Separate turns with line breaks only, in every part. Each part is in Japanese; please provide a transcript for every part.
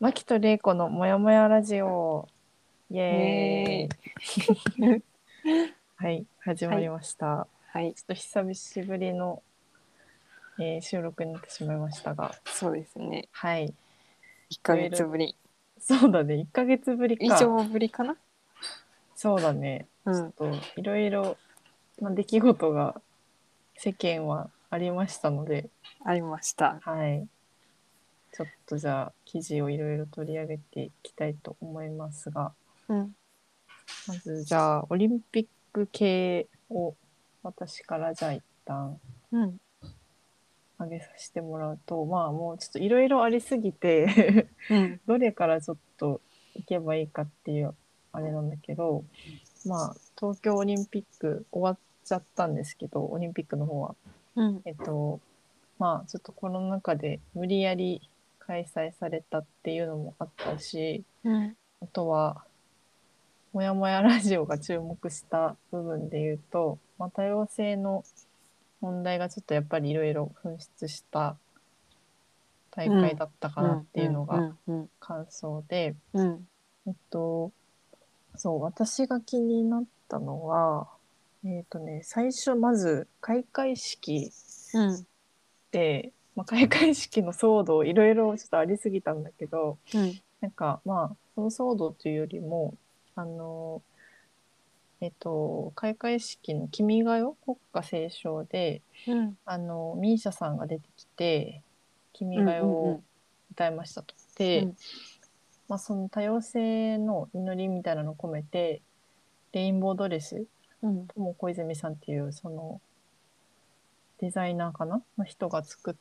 マキとレイコのもやもやラジオ。イエ
え
ーイ。
ー、
はい、始まりました。
はい
ちょっと久しぶりの、えー収録になってしまいましたが、
そうですね
はい。
一ヶ月ぶり
そうだね、1ヶ月ぶり
以
か。
上ぶりかな
そうだね。
う
ちょっ
ん
といろいろな出来事が世間はありましたので、
ありました
はい。ちょっとじゃあ記事をいろいろ取り上げていきたいと思いますが、
うん
まずじゃあオリンピック系を私からじゃあ一旦
うん
上げさせてもらうとまあもうちょっといろいろありすぎて
うん
どれからちょっといけばいいかっていうあれなんだけどまあ東京オリンピック終わっちゃったんですけどオリンピックの方は
うん
えっとまあちょっとコロナ禍で無理やり開催されたっていうのもあったし
うん
あとは、もやもやラジオが注目した部分で言うと、まあ、多様性の問題がちょっとやっぱりいろいろ噴出した大会だったかなっていうのが
うん
感想で、
うんうん
えっと、そう、私が気になったのは、えっとね、最初まず開会式
うん
で、まあ、開会式の騒動いろいろちょっとありすぎたんだけど、
うん
なんかまあその騒動というよりもあのえっと開会式の「君が代」国歌斉唱で
うん
あのミーシャさんが出てきて「君
うん
が代」を歌いましたと。で、
うん
まあ、その多様性の祈りみたいなのを込めてレインボードレス
うん
友小泉さんっていうそのデザイナーかなの人が作っ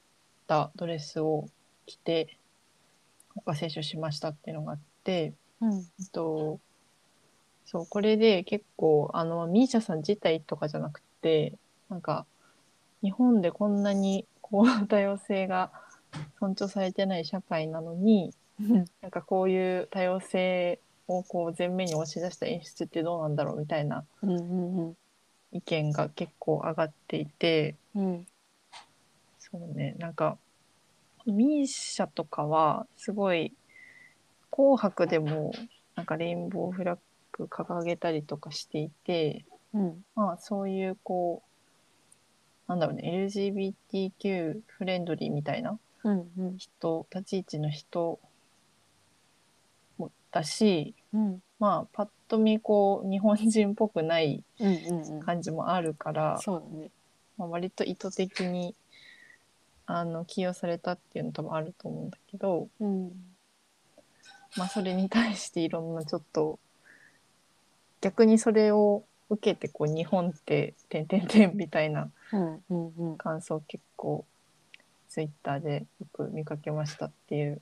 たドレスを着て国歌斉唱しましたっていうのがあって。
うん
えっと、そう、これで結構、あの、ミーシャさん自体とかじゃなくて、なんか、日本でこんなに、こう、多様性が尊重されてない社会なのに、
うん
なんかこういう多様性をこう、前面に押し出した演出ってどうなんだろうみたいな
うん
意見が結構上がっていて、
うん
そうね、なんか、ミーシャとかは、すごい、紅白でも、なんかレインボーフラッグ掲げたりとかしていて、
うん
まあ、そういう、こう、なんだろうね、LGBTQ フレンドリーみたいな
うん
人、立ち位置の人もだし、
うん
まあ、パッと見、こう、日本人っぽくない
うん
感じもあるから、
そうだね
まあ、割と意図的にあの起用されたっていうの多分あると思うんだけど、
うん
まあ、それに対していろんなちょっと逆にそれを受けてこう日本って「てんてんてん」みたいな
うんうんうん
感想結構ツイッターでよく見かけましたっていう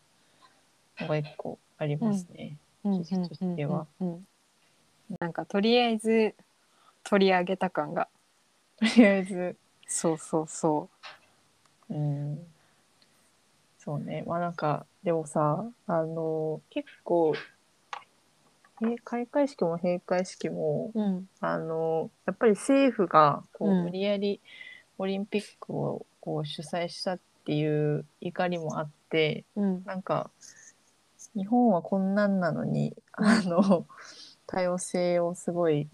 のが一個ありますね。
うん
記事としては
うんうんうんなんかとりあえず取り上げた感が
とりあえず、
そうそうそ
うん、そうねまあなんかでもさあの結構え開会式も閉会式も
ううん
あのやっぱり政府がこう
うん
無理やりオリンピックをこう主催したっていう怒りもあって
うん
なんか日本はこんなんなのにあの多様性をすごい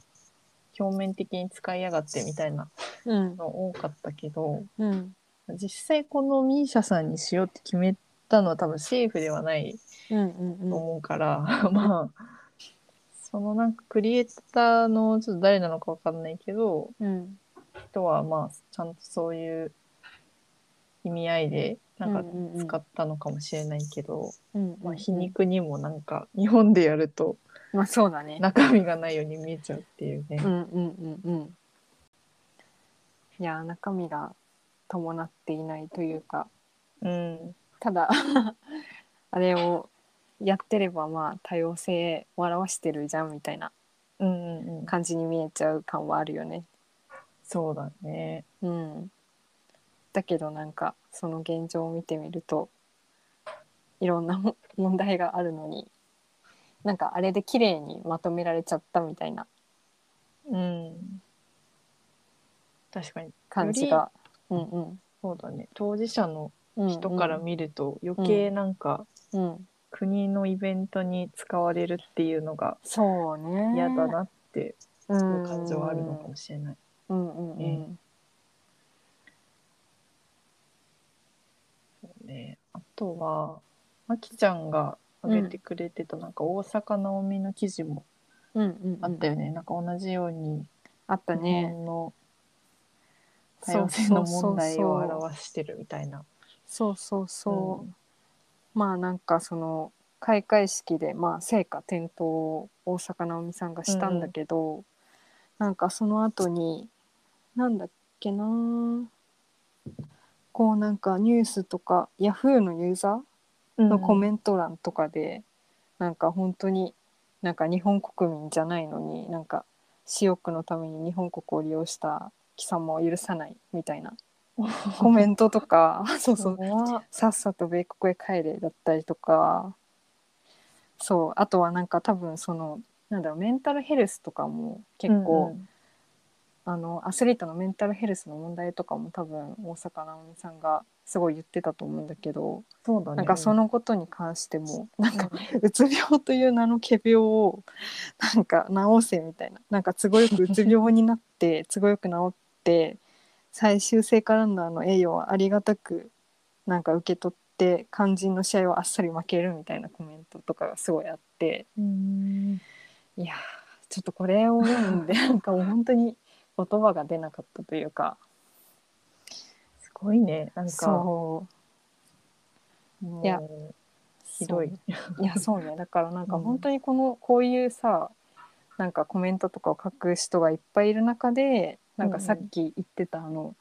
表面的に使いやがってみたいな
うん
の多かったけど
うん
実際この MISIA さんにしようって決めたのは多分政府ではない
うん
と
うん
思うから、 まあそのなんかクリエイターのちょっと誰なのかわかんないけど
うん
人はまあちゃんとそういう意味合いでなんか
うんうんうん
使ったのかもしれないけど、
うん
まあ、皮肉にもなんか日本でやると
まあそうだね
中身がないように見えちゃうっていうね
う。んうんうんうんいや中身が伴っていないというか
うん、
ただ あれをやってればまあ多様性を表してるじゃんみたいな
うん、うんうん
感じに見えちゃう感はあるよね
そうだね。
うん、だけどなんかその現状を見てみるといろんな も問題があるのになんかあれで綺麗にまとめられちゃったみたいな
うん。確かに。
感じが、うんうん
そうだね。当事者の
うんうん、
人から見ると余計なんか
うん
国のイベントに使われるっていうのが
そうね
嫌だなって
う
い
ん
う感情はあるのかもしれない。
うんうんうん、
ねね、あとはあきちゃんが挙げてくれてたなんか大坂なおみの記事も
うんうんうん
あったよね、なんか同じように
あった
日
ね
本の多
そ
様
う
性
そ
の
うそう
問題を
そう
表してるみたいな。
そうそうそう、
うん
まあなんかその開会式でまあ聖火点灯を大坂なおみさんがしたんだけど、なんかその後になんだっけなこうなんかニュースとかヤフーのユーザーのコメント欄とかで、なんか本当になんか日本国民じゃないのになんか私欲のために日本国を利用した貴様を許さないみたいなコメントとかそうそう
怖
さっさと米国へ帰れだったりとかそうあとはなんか多分そのなんだろうメンタルヘルスとかも結構、
うん
あのアスリートのメンタルヘルスの問題とかも多分大坂なおみさんがすごい言ってたと思うんだけど
そうだね。
なんかそのことに関してもなんかうつ病という名の仮病をなんか治せみたいななんか都合よくうつ病になって都合よく治って最終聖火ランナーの栄誉はありがたくなんか受け取って肝心の試合はあっさり負けるみたいなコメントとかがすごいあって
うん
いやーちょっとこれを読んでなんかもう本当に言葉が出なかったというか
すごいね。なんか
そ
もう
いやう
ひどい。
いやそうねだからなんか
うん
本当にこの、こういうさなんかコメントとかを書く人がいっぱいいる中でなんかさっき言ってたあの、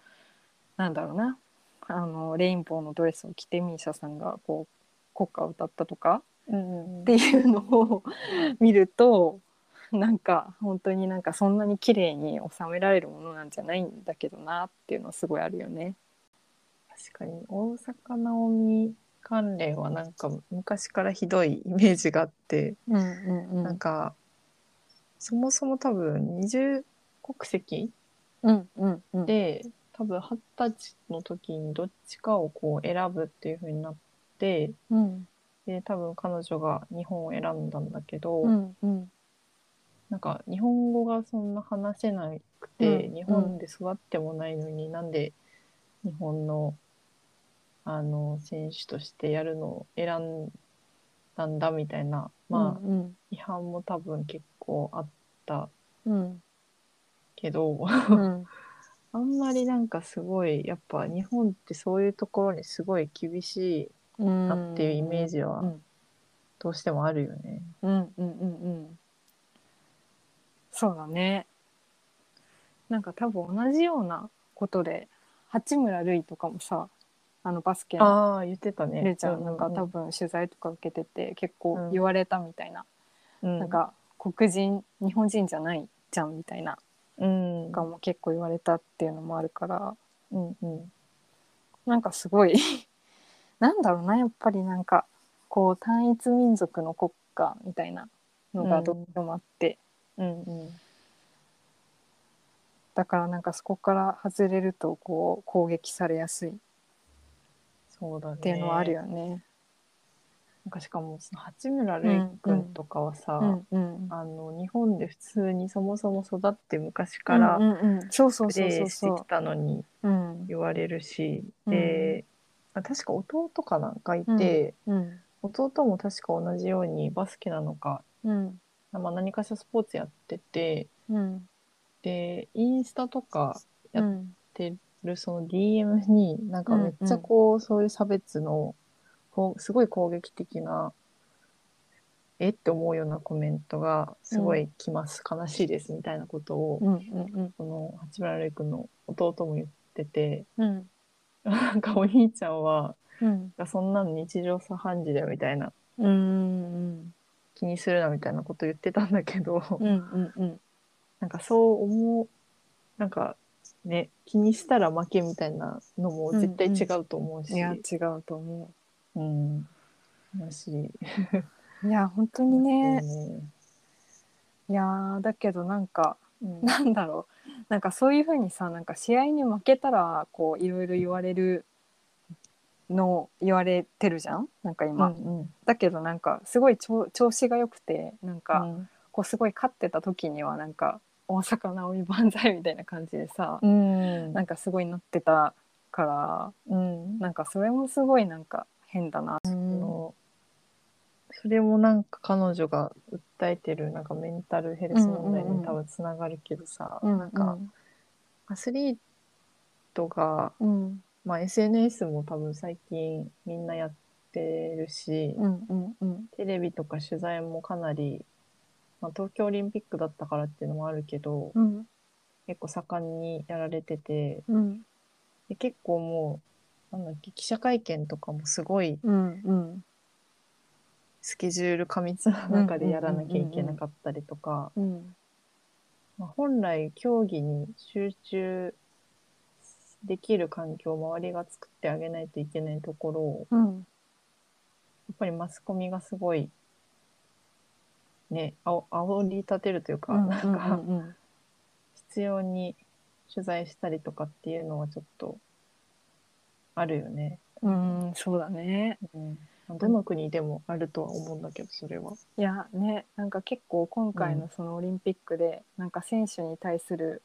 なんだろうなあのレインボーのドレスを着てミーシャさんがこう国歌を歌ったとか
うん
っていうのを見るとなんか本当になんかそんなに綺麗に収められるものなんじゃないんだけどなっていうのはすごいあるよね。
確かに大阪なおみ関連はなんか昔からひどいイメージがあって、
うんうん
なんかそもそも多分二重国籍
うんうんうん
で多分二十歳の時にどっちかをこう選ぶっていう風になって
うん
で多分彼女が日本を選んだんだけど、
うんうん
なんか日本語がそんな話せなくて、
うん
日本で育ってもないのに、なんで日本のあの選手としてやるのを選んだんだみたいな、まあ、
うん
違反も多分結構あった
うん
け ど
うん
あんまりなんかすごいやっぱ日本ってそういうところにすごい厳しいなっていうイメージ
う
は
ん
どうしてもあるよね。
うんうんうんうんそうだねなんか多分同じようなことで八村塁とかもさあのバスケの
ああ言ってたね。
るちゃ
うんう
な
うん
か多分取材とか受けてて結構
うん
言われたみたいな、
うん
なんか黒人日本人じゃないじゃんみたいな
うん
とかも結構言われたっていうのもあるから
うんうん
なんかすごいなんだろうなやっぱりなんかこう単一民族の国家みたいなのがどうでもあっ
うん
て、
うん
だからなんかそこから外れるとこう攻撃されやすいっ
そうだね。って
いうのはあるよね。
なんかしかもその八村塁君とかはさ、
うんうん
あの日本で普通にそもそも育って昔か
う
ら
んうんうんそうそ
プ
うそう
レ
そう
ーして
そ
きたのに
う。うん
言われるし、
うん
であ確か弟かなんかいて、
うん
弟も確か同じようにバスケなのか、
うん
まあ、何かしらスポーツやってて
うん
でインスタとか
う
や
ん
でその DM になんかめっちゃこう、そういう差別のこうすごい攻撃的なえって思うようなコメントがすごい来ます、悲しいですみたいなことを、
うんうん
その八村塁君の弟も言ってて
うん
なんかお兄ちゃんは
うん
そんなの日常茶飯事だよみたいな
うんうん
気にするなみたいなこと言ってたんだけど、
うんうんうん
なんかそう思うなんかね気にしたら負けみたいなのも絶対違うと思うし。
いや違うと思
うん。悲しい。
う。いや本当に
ね。
ね。いやーだけどなんか
うん。
なんだろうなんかそういうふうにさなんか試合に負けたらこういろいろ言われるの言われてるじゃんなんか今、
うんうん
だけどなんかすごい調調子が良くてなんか、
うん
こうすごい勝ってた時にはなんか大阪なおみ万歳みたいな感じでさ、
うん
なんかすごいなってたか
う
ら
ん
なんかそれもすごいなんか変だな、
あのそれもなんか彼女が訴えてるなんかメンタルヘルス問題
うんうんうん
に多分つながるけどさ、
うん
なんかアスリートが、
うん
まあ、SNS も多分最近みんなやってるし、
うんうんうん
テレビとか取材もかなり、まあ、東京オリンピックだったからっていうのもあるけど
うん
結構盛んにやられてて
うん
で結構もうなんだっけ記者会見とかもすごい
うんうん
スケジュール過密な中でやらなきゃいけなかったりとか、
うん
まあ、本来競技に集中できる環境を周りが作ってあげないといけないところを
うん
やっぱりマスコミがすごいねあお煽り立てるというか、なんか
うん
必要に取材したりとかっていうのはちょっとあるよね。
うんうんそうだね
うん、どの国でもあるとは思うんだけどそれは。
いやねなんか結構今回のそのオリンピックで、なんか選手に対する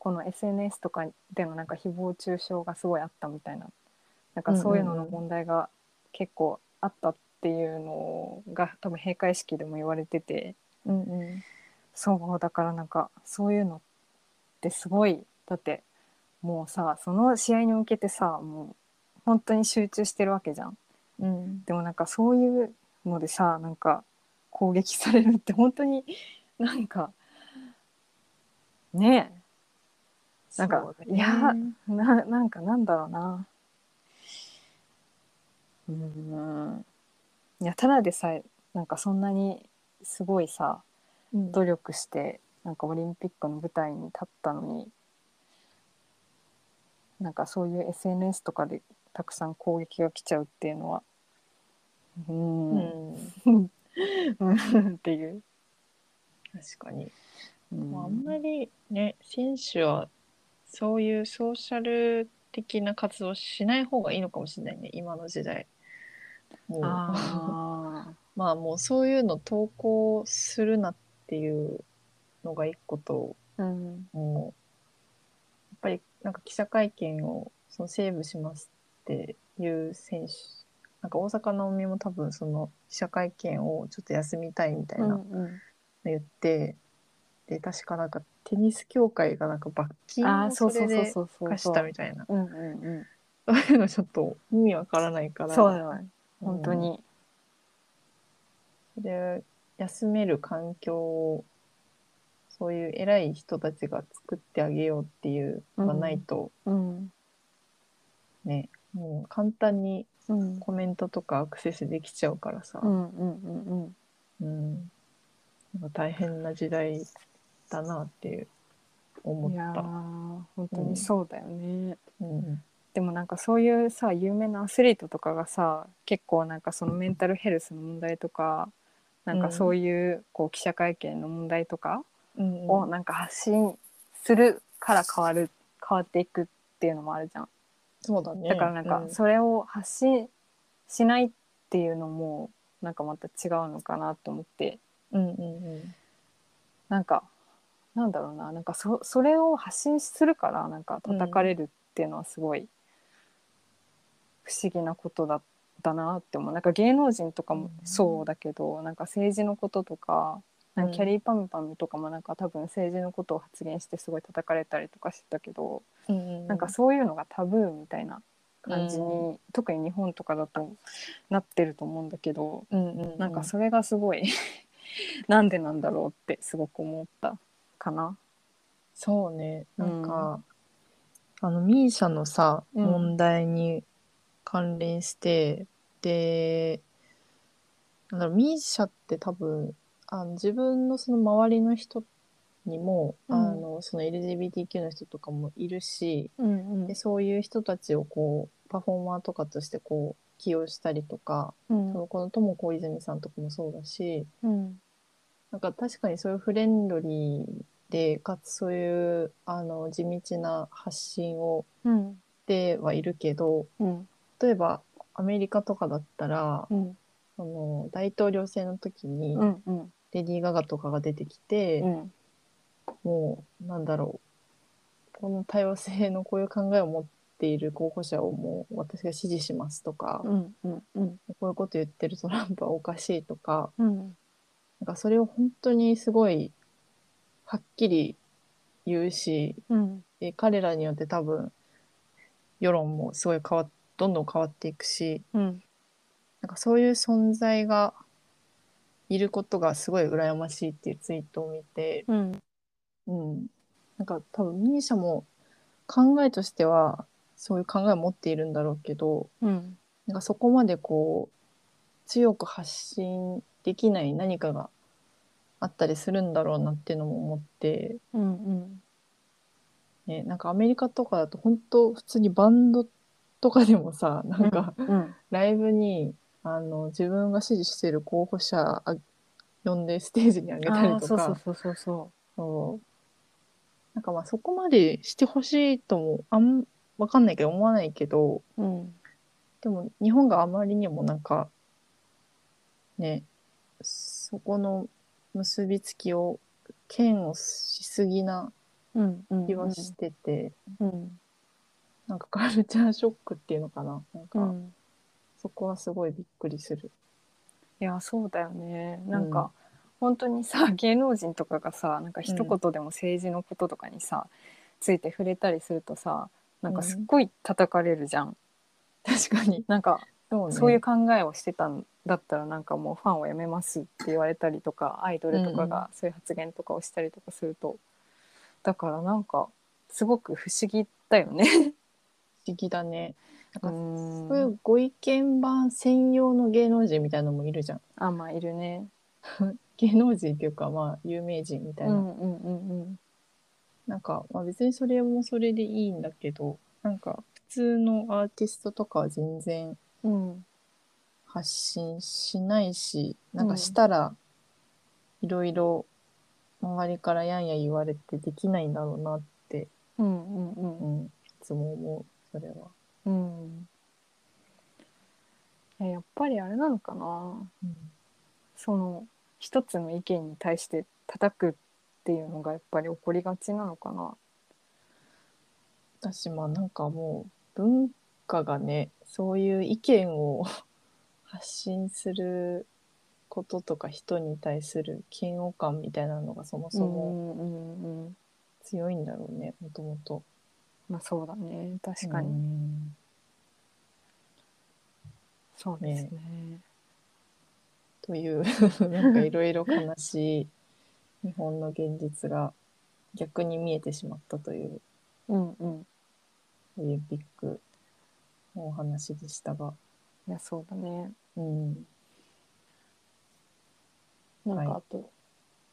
この SNS とかでのなんか誹謗中傷がすごいあったみたいななんかそういう
う
の
んうん
の
うん
問題が結構あったっていうのが多分閉会式でも言われてて
うんうん
そうだからなんかそういうのってすごいだってもうさその試合に向けてさもう本当に集中してるわけじゃん。
うん
でもなんかそういうのでさなんか攻撃されるって本当に なんかねなんか
そうね
いやえななんかなんだろうなうーんいやただでさえなんかそんなにすごいさ
うん
努力してなんかオリンピックの舞台に立ったのになんかそういう SNS とかでたくさん攻撃が来ちゃうっていうのはうー
うんん、
うん っていう。
確かに、
うん
まあ、あんまりね選手はそういうソーシャル的な活動しない方がいいのかもしれないね今の時代。もう
あ
まあもうそういうの投稿するなっていうのが一個と
ーうん
もうやっぱりなんか記者会見をそのセーブしますっていう選手なんか大阪なおみも多分その記者会見をちょっと休みたいみたいな
うん
言って、で確かなんかテニス協会がなんか罰
うん、
金
ああ
を
そ
そうれ
そうそう
で
そうそう
課したみたいな
うんう
そ
ん
ういう のちょっと意味わからないか
うん
ら
そうだよね
うん
本当に、
で休める環境をそういう偉い人たちが作ってあげようっていうのがないと
うん
ね、もう簡単に
うん、
コメントとかアクセスできちゃうからさ、
うんうんうんうん
うんなんか大変な時代だなっていう思
いや
っ
ー
た。
本当にそうだよね、
うん
でもなんかそういうさ有名なアスリートとかがさ結構なんかそのメンタルヘルスの問題とかなんかそういう,、こう記者会見の問題とか
うん
をなんか発信するから変わる変わっていくっていうのもあるじゃん。
そうだね。
だからなんか
うん
それを発信しないっていうのもなんかまた違うのかなと思って
うんうんうん
なんかなんだろうななんかそそれを発信するからなんか叩かれるっていうのはすごい不思議なことだだなって思うなんか芸能人とかも
うん
そうだけど、なんか政治のこととかなん
うん
かキャリーパンパンとかもなんか多分政治のことを発言してすごい叩かれたりとかしてたけど、
うんうん
なんかそういうのがタブーみたいな感じに、
う
特に日本とかだとなってると思うんだけど、
うんうんうん
なんかそれがすごいなんでなんだろうってすごく思ったかな。
そうねなんか、あのミーシャのさ
うん
問題に関連して、でなんだろうミーシャって多分あの自分のその周りの人にも、
うん
あのその LGBTQ の人とかもいるし
うん
でそういう人たちをこうパフォーマーとかとしてこう起用したりとか、
うん
そのこの友小泉さんとかもそうだし、
うん
なんか確かにそういうフレンドリーで、かつそういうあの地道な発信を
うん
ではいるけど、
うん
例えばアメリカとかだったら、
うん
その大統領選の時に
うんうん
レディー・ガガとかが出てきて、
うん
もうなんだろうこの多様性のこういう考えを持っている候補者をもう私が支持しますとか、
うんうんうん
こういうこと言ってるトランプはおかしいとか
うん
なんかそれを本当にすごいはっきり言うし
うん
え彼らによって多分世論もすごい変わっどんどん変わっていくし
うん
なんかそういう存在がいることがすごい羨ましいっていうツイートを見て、
うん
うん、なんか多分ミーシャも考えとしてはそういう考えを持っているんだろうけど
うん
なんかそこまでこう強く発信できない何かがあったりするんだろうなっていうのも思って、
うん
ね、なんかアメリカとかだと本当普通にバンドとかでもさ なんか
うん
ライブにあの自分が支持してる候補者あ呼んでステージに上げたり
ああ
とか
そうそうそうそうそ
そうなんかまあそこまでしてほしいともあんわかんないけど思わないけど
ううん
でも日本があまりにもなんかねそこの結びつきを嫌悪しすぎな
うんうん
気はしてて、
うん
なんかカルチャーショックっていうのかななんか、
うん
そこはすごいびっくりする。
いやそうだよねなんか、本当にさ 芸能人とかがさなんか一言でも政治のこととかにさ、ついて触れたりするとさなんかすっごい叩かれるじゃん、
確かに
なんか
そうね
そういう考えをしてたんだったらなんかもうファンをやめますって言われたりとかアイドルとかがそういう発言とかをしたりとかすると、だからなんかすごく不思議だよね。
不思議だね。
う
なんか そうい
ん
うご意見番専用の芸能人みたいなのもいるじゃん。
あまあいるね。
芸能人っていうかまあ有名人みた
う
いな。
んうんうんうん。
なんか、まあ、別にそれもそれでいいんだけどなんか普通のアーティストとかは全然
うん
発信しないしなん
う
か
ん
したらいろいろ周りからやんや言われてできないんだろうなって、
うんう
うんん、いつも思うそれは。
うん。うんえやっぱりあれなのかなその一つの意見に対して叩くっていうのがやっぱり起こりがちなのかな。
私まあなんかもう文化がねそういう意見を 発信することとか人に対する嫌悪感みたいなのがそもそも
んうんうん。
強いんだろうねもともと。
まあそうだね確かに、
うん
そうですね
という なんかいろいろ悲しい日本の現実が逆に見えてしまったという
うんうん
オリンピックのお話でしたが。
いやそうだね
うん
なんか
は
あと、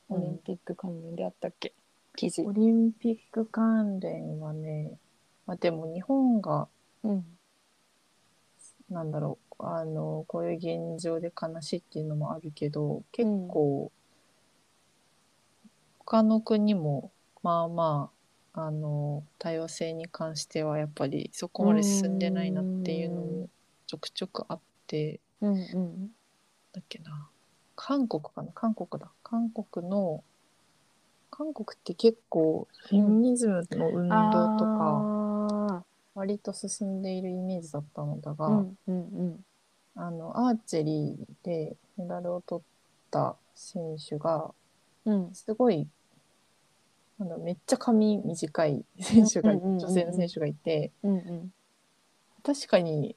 オリンピック関連であったっけ記事
オリンピック関連はね、まあ、でも日本が
うん
なんだろうあのこういう現状で悲しいっていうのもあるけど結構他の国もまあまああの多様性に関してはやっぱりそこまで進んでないなっていうの
う
もちょくちょくあって
うんうん
だっけな韓国かな韓国だ韓国の韓国って結構フェミニズムの運動とか。
か
割と進んでいるイメージだったのだが、
うんうん
あのアーチェリーでメダルを取った選手が
うんうん
すごいなんだろうめっちゃ髪短い選手が、
うんうんうんうん
女性の選手がいて
うんうん
確かに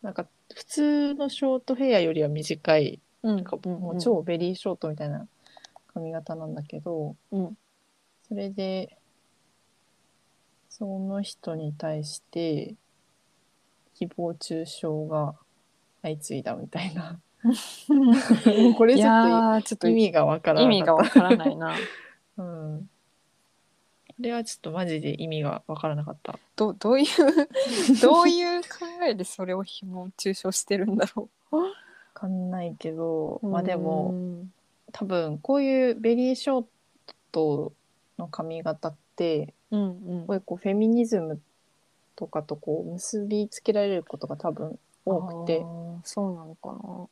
なんか普通のショートヘアよりは短い
うん
なんかもう超ベリーショートみたいな髪型なんだけど、
うん
それで、その人に対して、誹謗中傷が相次いだみたい な。もうこれ
い
ちょっ
やーちょ
と
っと
意
意
味がわからな
味が
かっ
わからないな
た。うん。これはちょっとマジで意味がわからなかった。
どどういうどう いう考えでそれを誹謗中傷してるんだろ
わかんないけど、
う
まあで
う
も
ん
多分こういうベリーショートの髪型って、
うん
こういうこうフェミニズムとかとこう結びつけられることが多分多くて
あーそうなのかな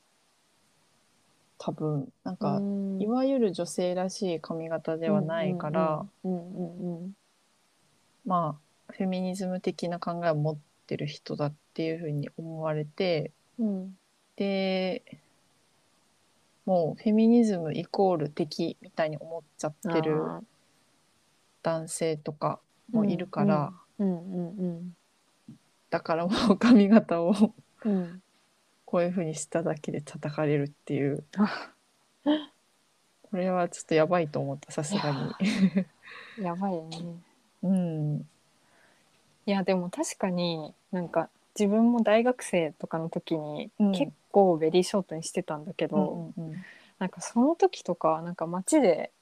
多分なんか、
うん
いわゆる女性らしい髪型ではないから、
うんうんうんうん
まあフェミニズム的な考えを持ってる人だっていうふうに思われて
うんうん
でもうフェミニズムイコール敵みたいに思っちゃってる
あ
男性とか
ー
もいるから、
うんうん
だからもう髪型を
うんうん
こういうふうにしただけで叩かれるって いう
あ
これはちょっとやばいと思ったさすがに。
やばいね
うん
いやでも確かになんか自分も大学生とかの時に
うん
結構ベリーショートにしてたんだけど、
うんうん
なんかその時とかなんか街で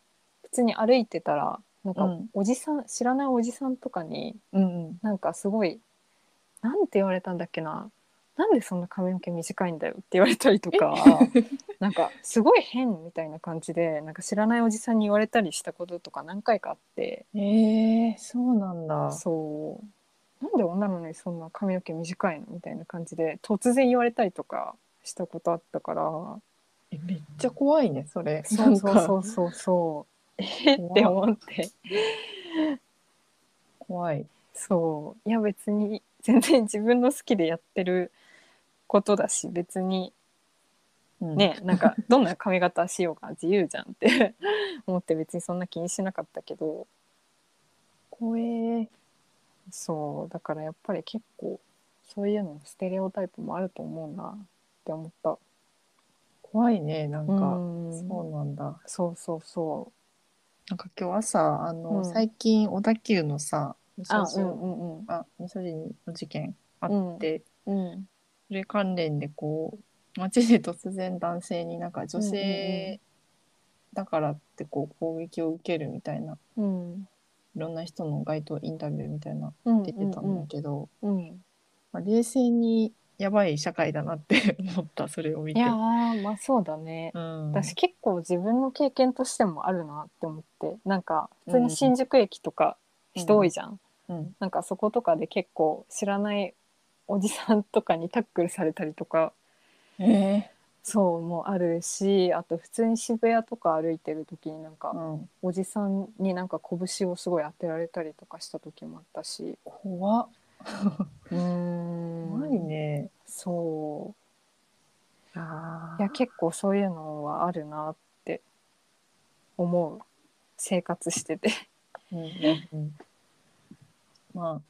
普通に歩いてたらなん
う
か
ん
おじさん、知らないおじさんとかに
うんうん
なんかすごいなんて言われたんだっけななんでそんな髪の毛短いんだよって言われたりと かなんかすごい変みたいな感じでなんか知らないおじさんに言われたりしたこととか何回かあって
えー、そうなんだ。
そうなんで女なのにそんな髪の毛短いのみたいな感じで突然言われたりとかしたことあったから
えめっちゃ怖いねそれ。
そうそ
なん
う
か
そうそうそう えーって思って
怖い。
そういや別に 全然自分の好きでやってることだし別に
うん、
ねなん かどんな髪型しようか自由じゃんって 思って別にそんな気にしなかったけど
怖えー。
そうだからやっぱり結構そういうのステレオタイプもあると思うなって思った
怖いねなんか、
うん
そうなんだ
そうそうそ
なんか今日朝あの、
うん
最近小田急のさみ
うあ
そじ
うんうんうん
あみそじの事件あ
うん
って、
うん
それ関連でこう街で突然男性になんか女
うんうんう
性だからってこう攻撃を受けるみたいな
うん
いろんな人の街頭インタビューみたいな
うん
出てたんだけど、
うんうん
まあ、冷静にやばい社会だなって 思ったそれを見
い
て。
やーまあそうだね
うん、
私結構自分の経験としてもあるなって思ってなんか普通に新宿駅とか人多いじゃん、
うん
なんかそことかで結構知らないおじさんとかにタックルされたりとか
え
そうもあるしあと普通に渋谷とか歩いてる時になん
ー
か
うん、
おじさんになんか拳をすごい当てられたりとかした時もあったし
怖っ
うーん
怖いね。
そう
あ
いや結構そういうのはあるなって思う生活してて
うんまあ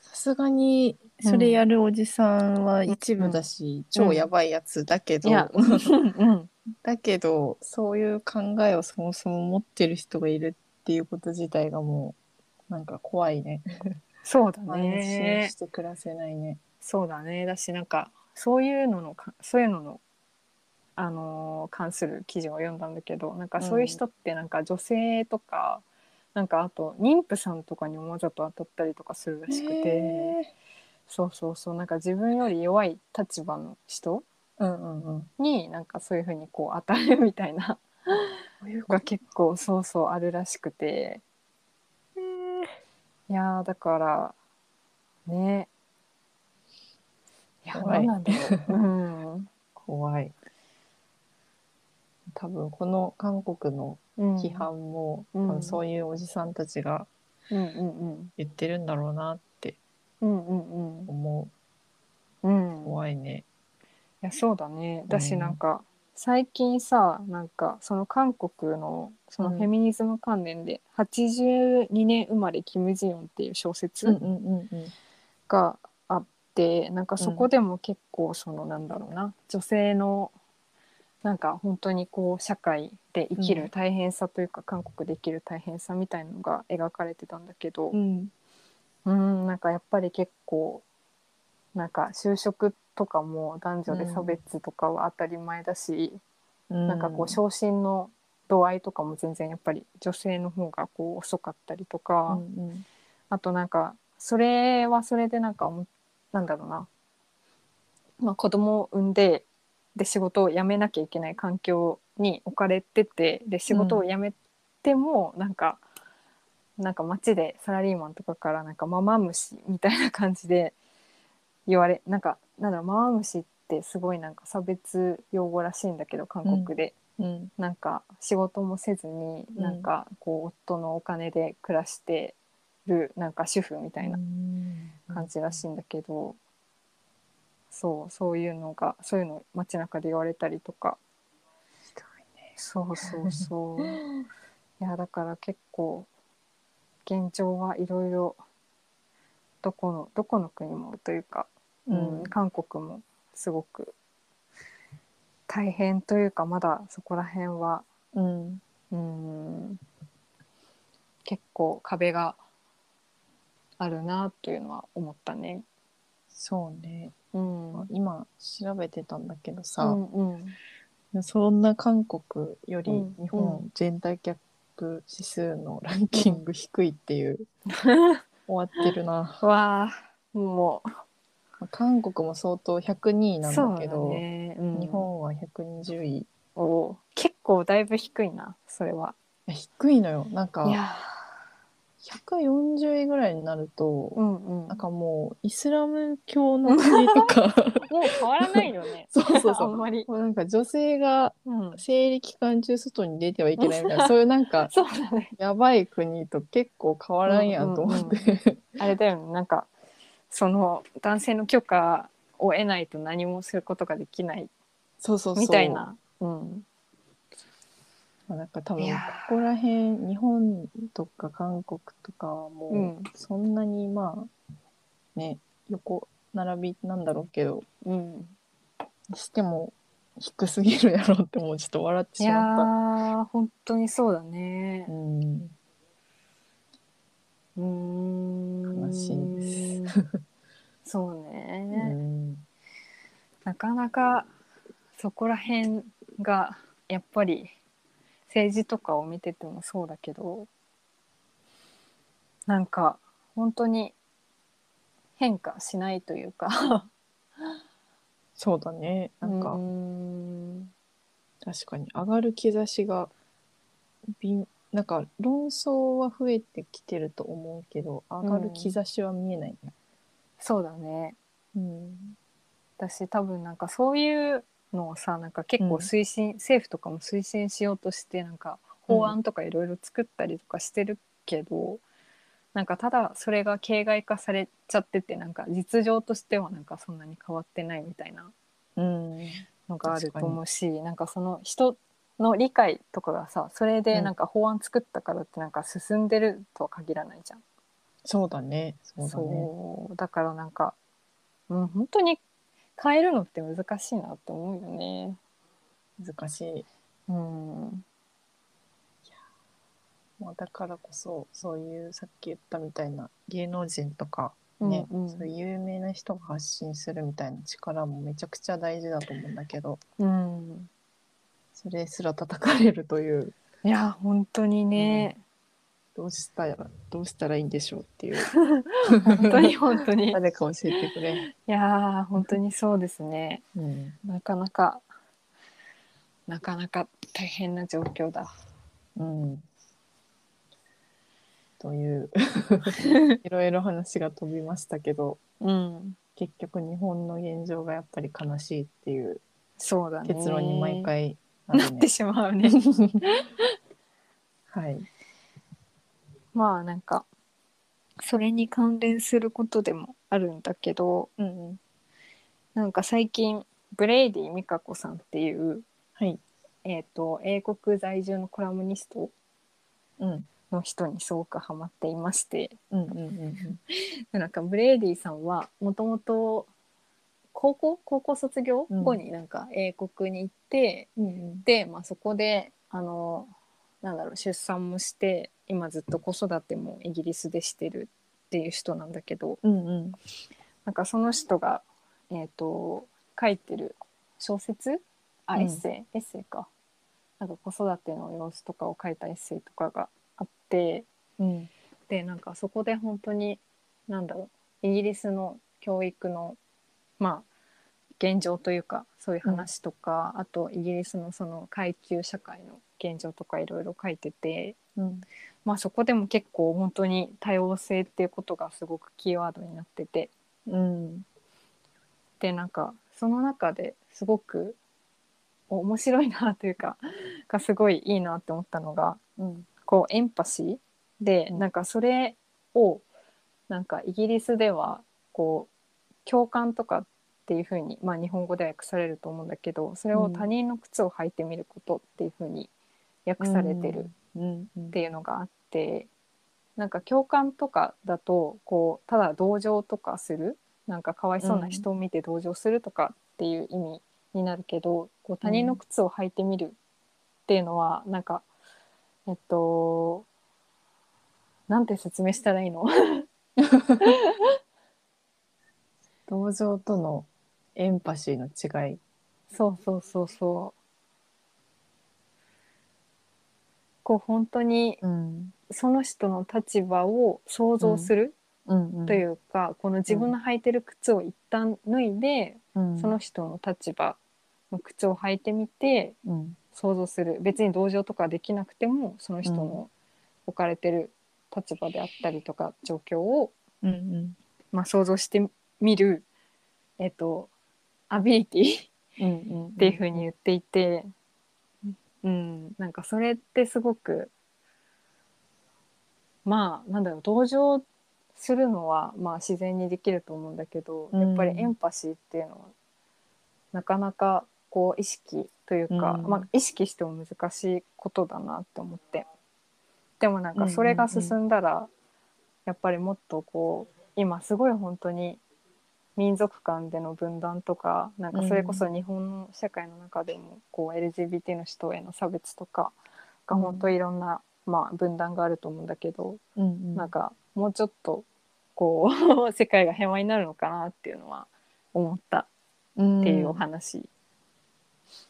さすがにそれやるおじさんは一部だし、超やばいやつだけど、
いやうん
だけどそういう考えをそもそも持ってる人がいるっていうこと自体がもうなんか怖いね
そうだ
安
ね
心して暮らせないね。
そうだねだしなんかそういうののかそういうのの、あのー関する記事を読んだんだけどなんかそういう人ってなんか女性とか、なんかあと妊婦さんとかにもわざと当たったりとかするらしくて、
へ
そうそうそうなんか自分より弱い立場の人
ーうんうんうん。
になんかそういうふうにこう当たるみたいな
そういう
のが結構そうそうあるらしくていやーだからねいや
怖い
何なんだ ろう。うん
怖い。多分この韓国の
うん
批判も、
うん
多分そういうおじさんたちが
うんうん
言ってるんだろうなって
うんうん
思
うん
う
うんい
怖いね。
やそうだねだし
うん
なんか、最近さなんかその韓国のその
うん
フェミニズム関連で、82年生まれキム・ジヨンっていう小
うん
説
うんうんうん。
があって、なんかそこでも結構そのなんだろうな女性のなんか本当にこう社会で生きる大変さというか、韓国で生きる大変さみたいのが描かれてたんだけど、
うん
うんなんかやっぱり結構なんか就職とかも男女で差別とかは当たり前だし、なんかこう昇進の度合いとかも全然やっぱり女性の方がこう遅かったりと
う
か、
んうん
あとなんかそれはそれでなんかおもなんだろうな、まあ、子供を産んでで仕事を辞めなきゃいけない環境に置かれててで仕事を辞めてもなんか、なんか街でサラリーマンとかからなんかママ虫みたいな感じで言われなんかなんだろうマワムシってすごいなんか差別用語らしいんだけど韓国で、
うん
なんか仕事もせずに、
うん
なんかこう夫のお金で暮らしてるなんか主婦みたいな感じらしいんだけど、そうそういうのがそういうの街中で言われたりとか
ひどいね
そうそ うそういやだから結構現状はいろいろどこのどこの国もという
う
か、うん
ん
韓国もすごく大変というかまだそこら辺は
うん
うん結構壁があるなというのは思ったね。
そうね
うん、うん
今調べてたんだけどさ、
うん
そんな韓国より
うん
日本全体客指数のランキング低いって いう、終わってるな、
わあも
まあ韓国も相当102位
う
なん
そう
だ
だ
けど、
ねうん
日本は120位い
お結構だいぶ低いなそれは。
や低いのよなん
い
か
や
140位ぐらいになると、
ーうんうん
なんかもうイスラム教の国と か
もう変わらないよね
そうそうそ
あんまり、
もうなんか女性が
うん、
生理期間中外に出てはいけないみたいなそういうなんか
そうだね
やばい国と結構変わらんやんと思って、
あれだよねなんかその男性の許可を得ないと何もすることができない
そうそうそう
みたいなうん
まあなんか多
い
分
や
こ
ー
こら辺日本とか韓国とかはもう、
うん
そんなにまあね横並びなんだろうけど
うん
にしても低すぎるやろってもうちょっと笑って
い
し
や
まっ
ー本当にそうだね
た。うん
うーん
悲しい
ですそう
う
ね、
ん
なかなかそこら辺がやっぱり政治とかを見ててもそうだけどなんか本当に変化しないというか
そうだねなんか、
うーん
確かに上がる兆しがびんなんか論争は増えてきてると思うけど上がる兆しは見えないね。
そうだね
うん
私多分なんかそういうのをさなんか結構推進、政府とかも推進しようとしてなんか法案とかいろいろ作ったりとかしてるけど、なんかただそれが形骸化されちゃっててなんか実情としてはなんかそんなに変わってないみたいな
うん
のがあると思うしなんかその人の理解とかがさそれでなんか法案作ったからってなんか進んでるとは限らないじゃん。
そうだねそうだね。
そうだからなんか、うん、本当に変えるのって難しいなって思うよね。
難しい。
うん、
まあ、だからこそそういうさっき言ったみたいな芸能人とか、ね
うんうん
そういう有名な人が発信するみたいな力もめちゃくちゃ大事だと思うんだけど
うん、
それすら叩かれるという
いや本当にね、
どうしたらどうしたらいいんでしょうっていう
本当に本 当にい
誰か教えてくれ。
やー本当にそうですね
うん
なかなかなかなか大変な状況だ。
うんという いろいろ話が飛びましたけど
うん、
結局日本の現状がやっぱり悲しいっていう
そうだね。
結論に毎回な
な
る
っ
ね
てしまう ね。
はい
まあなんかそれに関連することでもあるんだけど
うんうん
なんか最近ブレイディ・ミカコさんっていう、
はい
えー、と英国在住のコラムニスト
うん
の人にすごくハマっていまして
うんうんうん
なんかブレイディさんはもともと高校高校卒業後になんか英国に行って、
うんうん
で、まあ、そこであのなんだろう出産もして今ずっと子育てもイギリスでしてるっていう人なんだけど
うんうん
なんかその人が、えー、と書いてる小説あ、
うん
エッセイエッセイかなんか子育ての様子とかを書いたエッセイとかがあって
うん
でなんかそこで本当になんだろうイギリスの教育のまあ現状というかそういう話とか、あとイギリスのその階級社会の現状とかいろいろ書いてて、
うん
まあ、そこでも結構本当に多様性っていうことがすごくキーワードになってて。
うん
でなんかその中ですごくお面白いなというかがすごいいいなって思ったのが
うん
こうエンパシーでなんかそれをなんかイギリスではこう共感とかっていうふうに、まあ、日本語では訳されると思うんだけどそれを他人の靴を履いてみることっていうふうに訳されてる
うんうん
っていうのがあってなんか共感とかだとこうただ同情とかするなんかかわいそうな人を見て同情するとかっていう意味になるけど、こう他人の靴を履いてみるっていうのはなんかえっとなんて説明したらいいの
同情とのエンパシーの違い
そうそうそうそう。こう本当に
うん
その人の立場を想像する
うん
というか、この自分の履いてる靴を一旦脱いで、その人の立場の靴を履いてみて
うん
想像する別に同情とかできなくてもその人
う
の置かれてる立場であったりとか状況を、
うんうん
まあ、想像してみる、えっとアビリティっ
うんうんって
いうふうに言っていて、うん、なんかそれってすごくまあなんだろう同情するのはまあ自然にできると思うんだけど、
うん
やっぱりエンパシーっていうのはなかなかこう意識というか、
うん
まあ、意識しても難しいことだなって思ってでもなんかそれが進んだら、やっぱりもっとこう今すごい本当に民族間での分断とかなんかそれこそ日本の社会の中でもこう LGBT の人への差別とかが本当いろんな、まあ、分断があると思うんだけど、
うん
なんかもうちょっとこう 世界が平和になるのかなっていうのは思った
っ
っていうお話。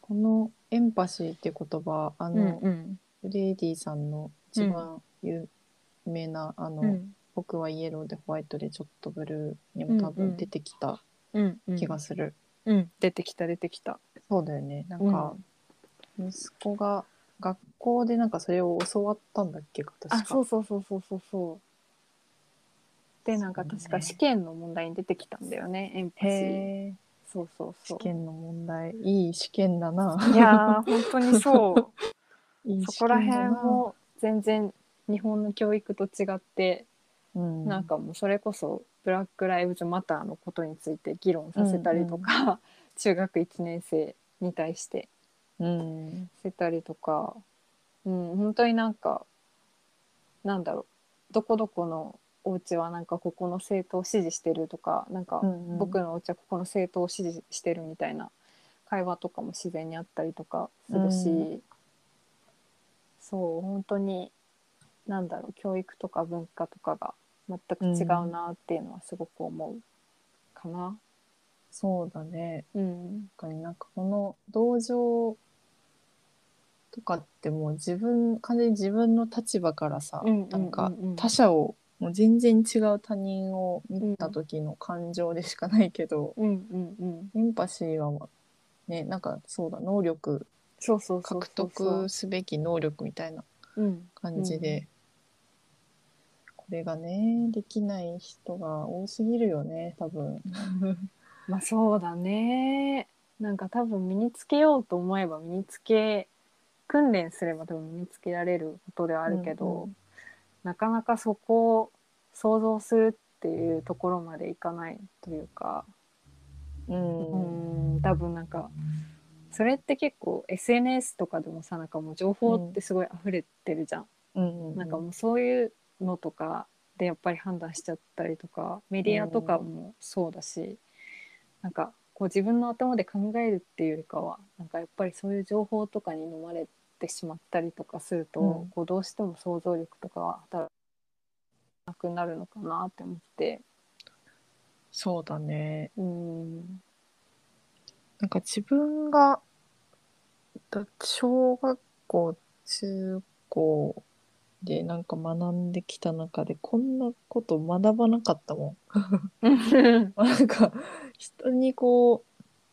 このエンパシーっていう言葉あ
うん
の、
うん
レイディさんの一番有名な、あの、
うん
僕はイエローでホワイトでちょっとブルーにも多
うんうん
分出てきた
うんうん
気がする、
うん、出てきた出てきた。
そうだよねなんか、息子が学校でなんかそれを教わったんだっけか確か
あそうそうそうそうそうそう。でなんか
そうね
確か試験の問題に出てきたんだよねエンパシー。
へえ
そうそうそ
試
う。
験の問題いい試験だな
いやー本当 にそう。
いい
そ
試
こ
験だ
ら
な
辺も全然日本の教育と違って、
うん、
なんかもうそれこそブラック・ライブズ・マターのことについて議論させたりとか、 中学1年生に対して
うん
してたりとか、うん、本当になんかなんだろうどこどこのお家はなんかここの政党を支持してるとかなんか
うんうん
僕のお家はここの政党を支持してるみたいな会話とかも自然にあったりとかするし、
う
そう本当になんだろう教育とか文化とかが全く違うなっていうのはすごく思うかな。
そうだね
うん、
確かになんかこの同情とかってもう自分完全に自分の立場からさ、
うんうんうんうん
なんか他者をもう全然違う他人を見た時の感情でしかないけど、
うんうんうん、
エンパシーはねなんかそうだ能力
そうそうそう
獲
そうそう
得すべき能力みたいな
うん
感じで、これがねできない人が多すぎるよね多分。
まあそうだねなんか多分身につけようと思えば身につけ訓練すれば多分身につけられることではあるけど、
うんうん
なかなかそこを想像するっていうところまでいかないというか
うん
うん多分なんかそれって結構 SNS とかでもさなんかもう情報ってすごい溢れてるじゃん。
うん
なんかもうそういうのとかでやっぱり判断しちゃったりとかメディアとかもそうだし、なんかこう自分の頭で考えるっていうよりかはなんかやっぱりそういう情報とかに飲まれてしまったりとかすると、
うん
こうどうしても想像力とかは働かなくなるのかなって思って
そうだね
うん
なんか自分が、だ小学校、中高でなんか学んできた中で、こんなこと学ばなかったもん。 なんか、人にこ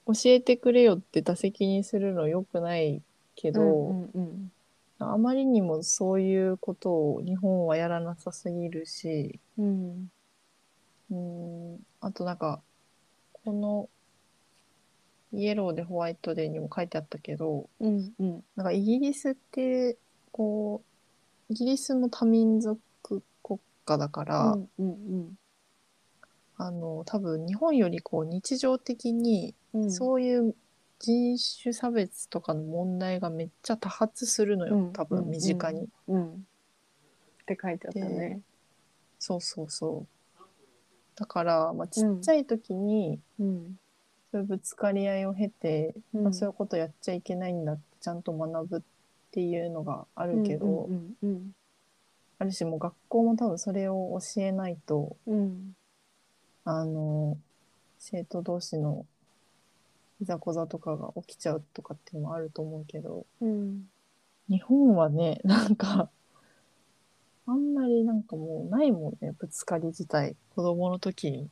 う、教えてくれよって打席にするの良くないけど、
うんうん
あまりにもそういうことを日本はやらなさすぎるし、
うん
うーんあとなんかこのイエローでホワイトデーにも書いてあったけど
うんうん
なんかイギリスってこうイギリスも多民族国家だから、
うんうん
あの多分日本よりこう日常的に
うんうん
そういう人種差別とかの問題がめっちゃ多発するの
う
よ
ん
多
うんう
分
ん
身近に。
うんって書いてあったね。
そうそうそう。だから、まあ、ちっちゃい時に
うん
そういうぶつかり合いを経て、
うん
まあ、そういうことやっちゃいけないんだってちゃんと学ぶっていうのがあるけど、
うんうん
ある種もう学校も多分それを教えないと
うんうん
あの生徒同士のいざこざとかが起きちゃうとかっていうのもあると思うけど
うん
日本はね なんかあんまりなんかもうないもんねぶつかり自体子供の時に。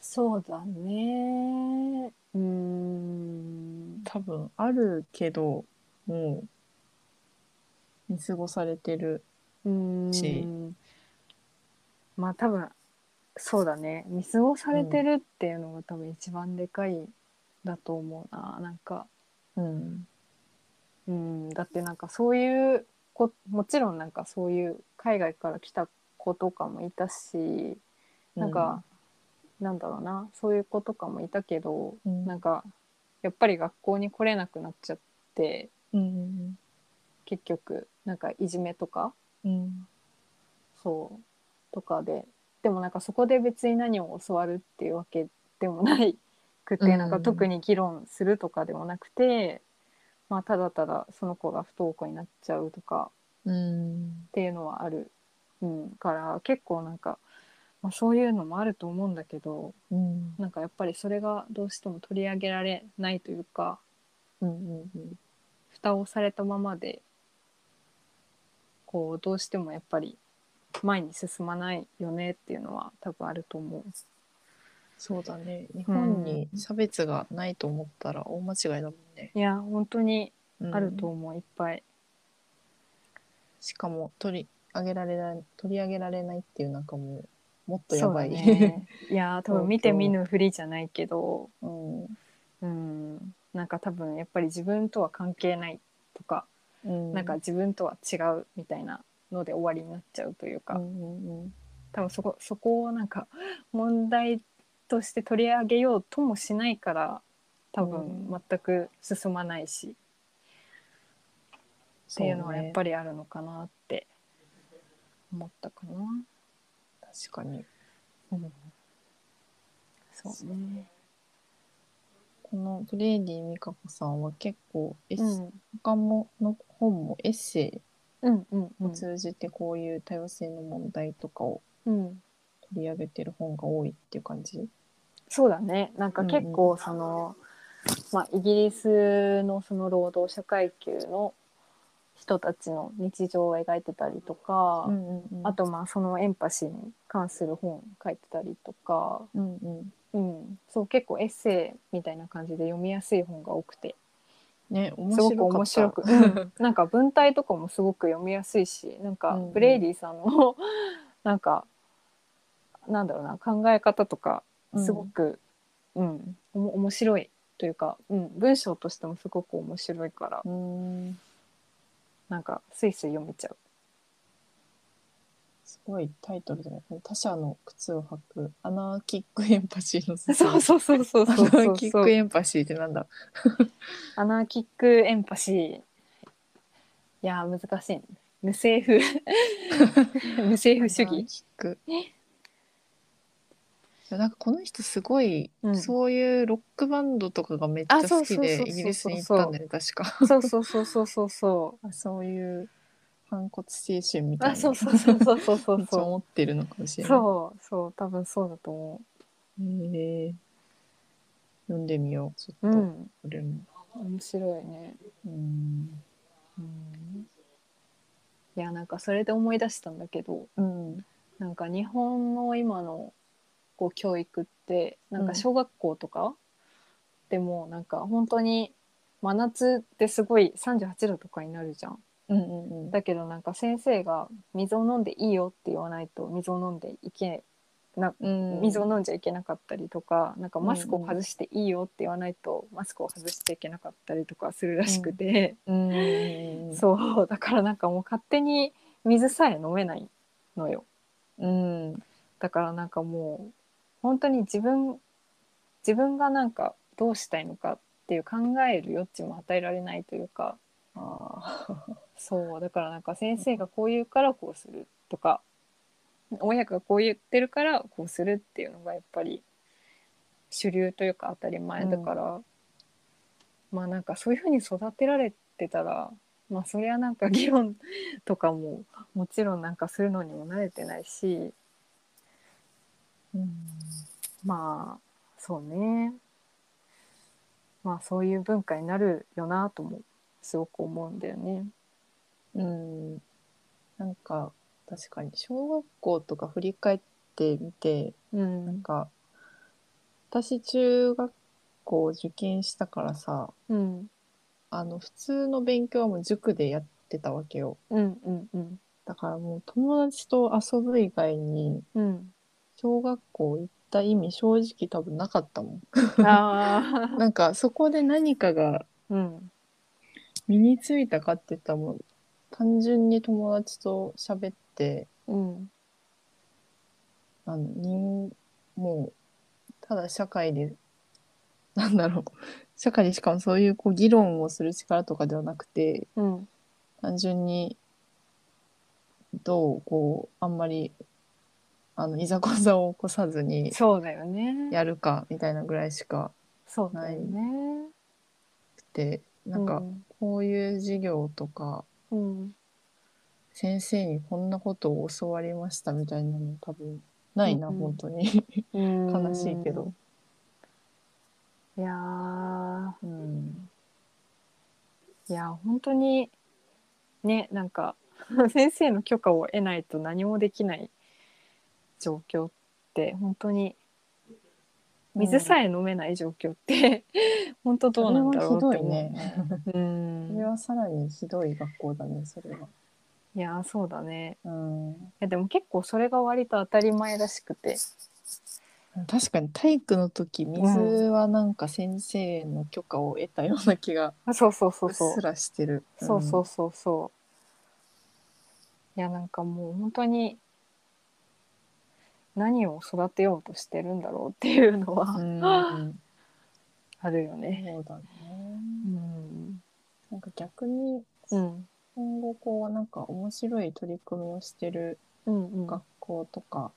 そうだね。うん
多分あるけどもう見過ごされてる
うん
し
まあ多分そうだね見過ごされてるっていうのが多分一番でかいだと思うななんか
うん
うん、だってなんかそういうこもちろんなんかそういう海外から来た子とかもいたしなんか、なんだろうなそういう子とかもいたけど、
うん
なんかやっぱり学校に来れなくなっちゃって
うん
結局なんかいじめとか
うん
そうとかででもなんかそこで別に何を教わるっていうわけでもないくて、
うん
なんか特に議論するとかでもなくて、まあ、ただただその子が不登校になっちゃうとか。
うん
っていうのはある、うん、から結構なんか、まあ、そういうのもあると思うんだけど
うん
なんかやっぱりそれがどうしても取り上げられないというか
うんうん
蓋をされたままでこうどうしてもやっぱり前に進まないよねっていうのは多分あると思
そうだね日本に差別がないと思ったら大間違いだもんね、
ういや本当に
うん
あると思う、いっぱい
しかも取り上げられない取り上げられないっていうなんかもうもっとやばい
そうだねいや多分見て見ぬふりじゃないけど
うん
うんなんか多分やっぱり自分とは関係ないとか
うん
なんか自分とは違うみたいなので終わりになっちゃうというか、
うんうんうん
多分そこそこをなんか問題として取り上げようともしないから多分
う
全く進まないし、っていうのはやっぱりあるのかなって思ったかな。
そうね確かに
うんそうね。
このフレーディ・ミカコさんは結構エッセ
う
イ
ん
他もの本もエッセ
うんうんう
イを
ん
通じてこういう多様性の問題とかを
うん。
取り上げてる本が多いっていう感じ
そうだねなんか結構その、まあ、イギリスのその労働者階級の人たちの日常を描いてたりとか、あ
あと
とまあそのエンパシーに関する本書いてたりとか、
うんうん
うん、そう結構エッセイみたいな感じで読みやすい本が多くて
ね面
す
白
ご
かった
く面白 く、うんなんか文体とかもすごく読みやすいしなん
う
か
んうん
ブレイディさんの なんかなんだろうな考え方とかすごく、うんおも面白いというか、うん、文章としてもすごく面白いから
うんうん
なんかスイスイ読めちゃう。
すごいタイトルだね他者の靴を履くアナーキックエンパシーの
そうそうそう そう
ア
そう
ナ
そ
ー
う
キックエンパシーってなんだ
アナーキックエンパシー。いやー難しいね。無政 府無政府主
アナー
義。
キックいやなんかこの人すごい、
うん
そういうロックバンドとかがめっちゃ
あそ
好
うそう
き
そうそう
で
そう
イギリスに行ったんだよね確か
そうそうそうそうそうそ
あそういう反骨精神み
う。
たいな
あそうそうそうそうそう そう
そう
そ
思ってるのかもし
う。
れない。
そうそう多分そうだと思
へえ読んでみようちょっ
う。
と、
うん
俺も。
面白いね。
うん、
うん、いやなんかそれで思い出したんだけど
うん、
なんか日本の今のこう教育ってなん
う
か
ん
小学校とか、でもなんか本当に真夏ってすごい38度とかになるじゃん。
うんうんうん
だけどなんか先生が水を飲んでいいよって言わないと水を飲んでいけな
うん
水を飲んじゃいけなかったりとかなんかマスクを
うんうん
外していいよって言わないとマスクを外しちゃいけなかったりとかするらしくて、
うん
そうだからなんかもう勝手に水さえ飲めないのよ
うん
だからなんかもう本当に自分自分がなんかどうしたいのかっていう考える余地も与えられないというか
あー
そうだからなんか先生がこう言うからこうするとか親がこう言ってるからこうするっていうのがやっぱり主流というか当たり前だから、まあなんかそういうふうに育てられてたらまあそりゃなんか議論とかももちろんなんかするのにも慣れてないし
うん
まあそうねまあそういう文化になるよなともすごく思うんだよね。
うんなんか確かに小学校とか振り返ってみて
う
なん
ん
か私中学校受験したからさ
うん
あの普通の勉強はもう塾でやってたわけよ
うんうんうん
だからもう友達と遊ぶ以外に
うん
小学校行った意味正直多分なかったも
あ
んなんかそこで何かが
あ、うん、
身についたかって言ったらもう単純に友達と喋って
うん、
あの人もうただ社会で なんだろう社会でしかもそういうこう議論をする力とかではなくて
うん、
単純にどうこうあんまりあのいざこざを起こさずに
そうだよね。
やるかみたいなぐらいしか
そうだよね。
なくてなんか
うん
こういう授業とか
うん、
先生にこんなことを教わりましたみたいなの多分ないな、
うんうん
本当に
うん
悲しいけど。。
いや
う
ー、
ん
いや本当にね、なんか 先生の許可を得ないと何もできない状況って本当に水さえ飲めない状況って、 本当どうなんだろうって
それはひどい
思う。
ね。
うん
それはさらにひどい学校だね、それは。
いやーそうだね。
うん
い、やでも結構それが割と当たり前らしくて。
確かに体育の時水はなんか先生の許可を得たような気が
あそうそうそうう
っ
そう
す。らしてる。
そうそ
ん
うそうそう。いやなんかもう本当に何を育てようとしてるんだろうっていうのは
うん。
あるよね。
そうだね。
うん。
なんか逆に
うん。
今後こうなんか面白い取り組みをしてる
うんうん
学。校とか、わ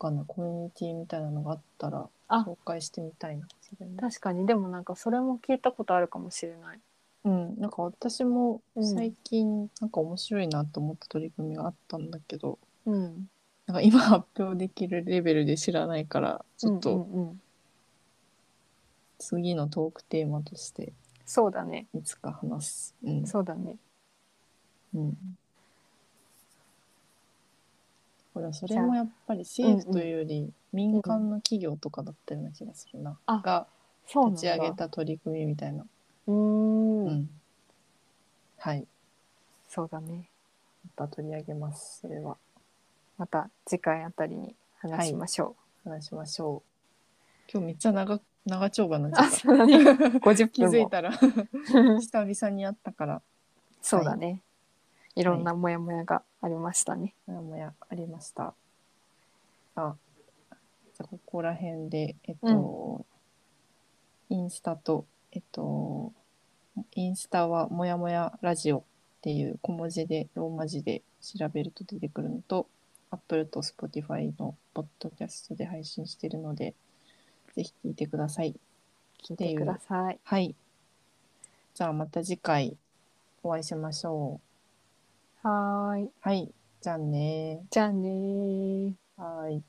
かんないコミュニティみたいなのがあったら
あ
紹介してみたいな。それも
確かにでもなんかそれも聞いたことあるかもしれない。
うん、なんか私も
うん
最近なんか面白いなと思った取り組みがあったんだけど、
うん。
なんか今発表できるレベルで知らないからちょっ
う
と
んうんうん
次のトークテーマとして
そうだね。
いつか話す。うん、
そうだね。
うん、ほらそれもやっぱり政府というより民間の企業とかだったような気がするな、
あ
が
そうなんだ。
立ち上げ。た取り組みみたいな。
う,、
うんん、はい、
そうだね。
また取り上げます。それは
また次回あたりに話しましょ
話しましょう。今日めっちゃ長長丁場になっ
う。
ちゃ
あ、
っ
そうだね。
た。
50
気づ
分
い
も。
たら久々に会ったから
そうだね。いろんなモヤモヤがありましたね。
もやもやありました。あ、じゃあここら辺でえっと、インスタとえっとインスタはもやもやラジオっていう小文字でローマ字で調べると出てくるのと Apple と Spotify のポッドキャストで配信してるのでぜひ聞いてください。
聞いてください。
はい。じゃあまた次回お会いしましょ
はーい。
う。はい。じゃあね
じゃあねー。
はい。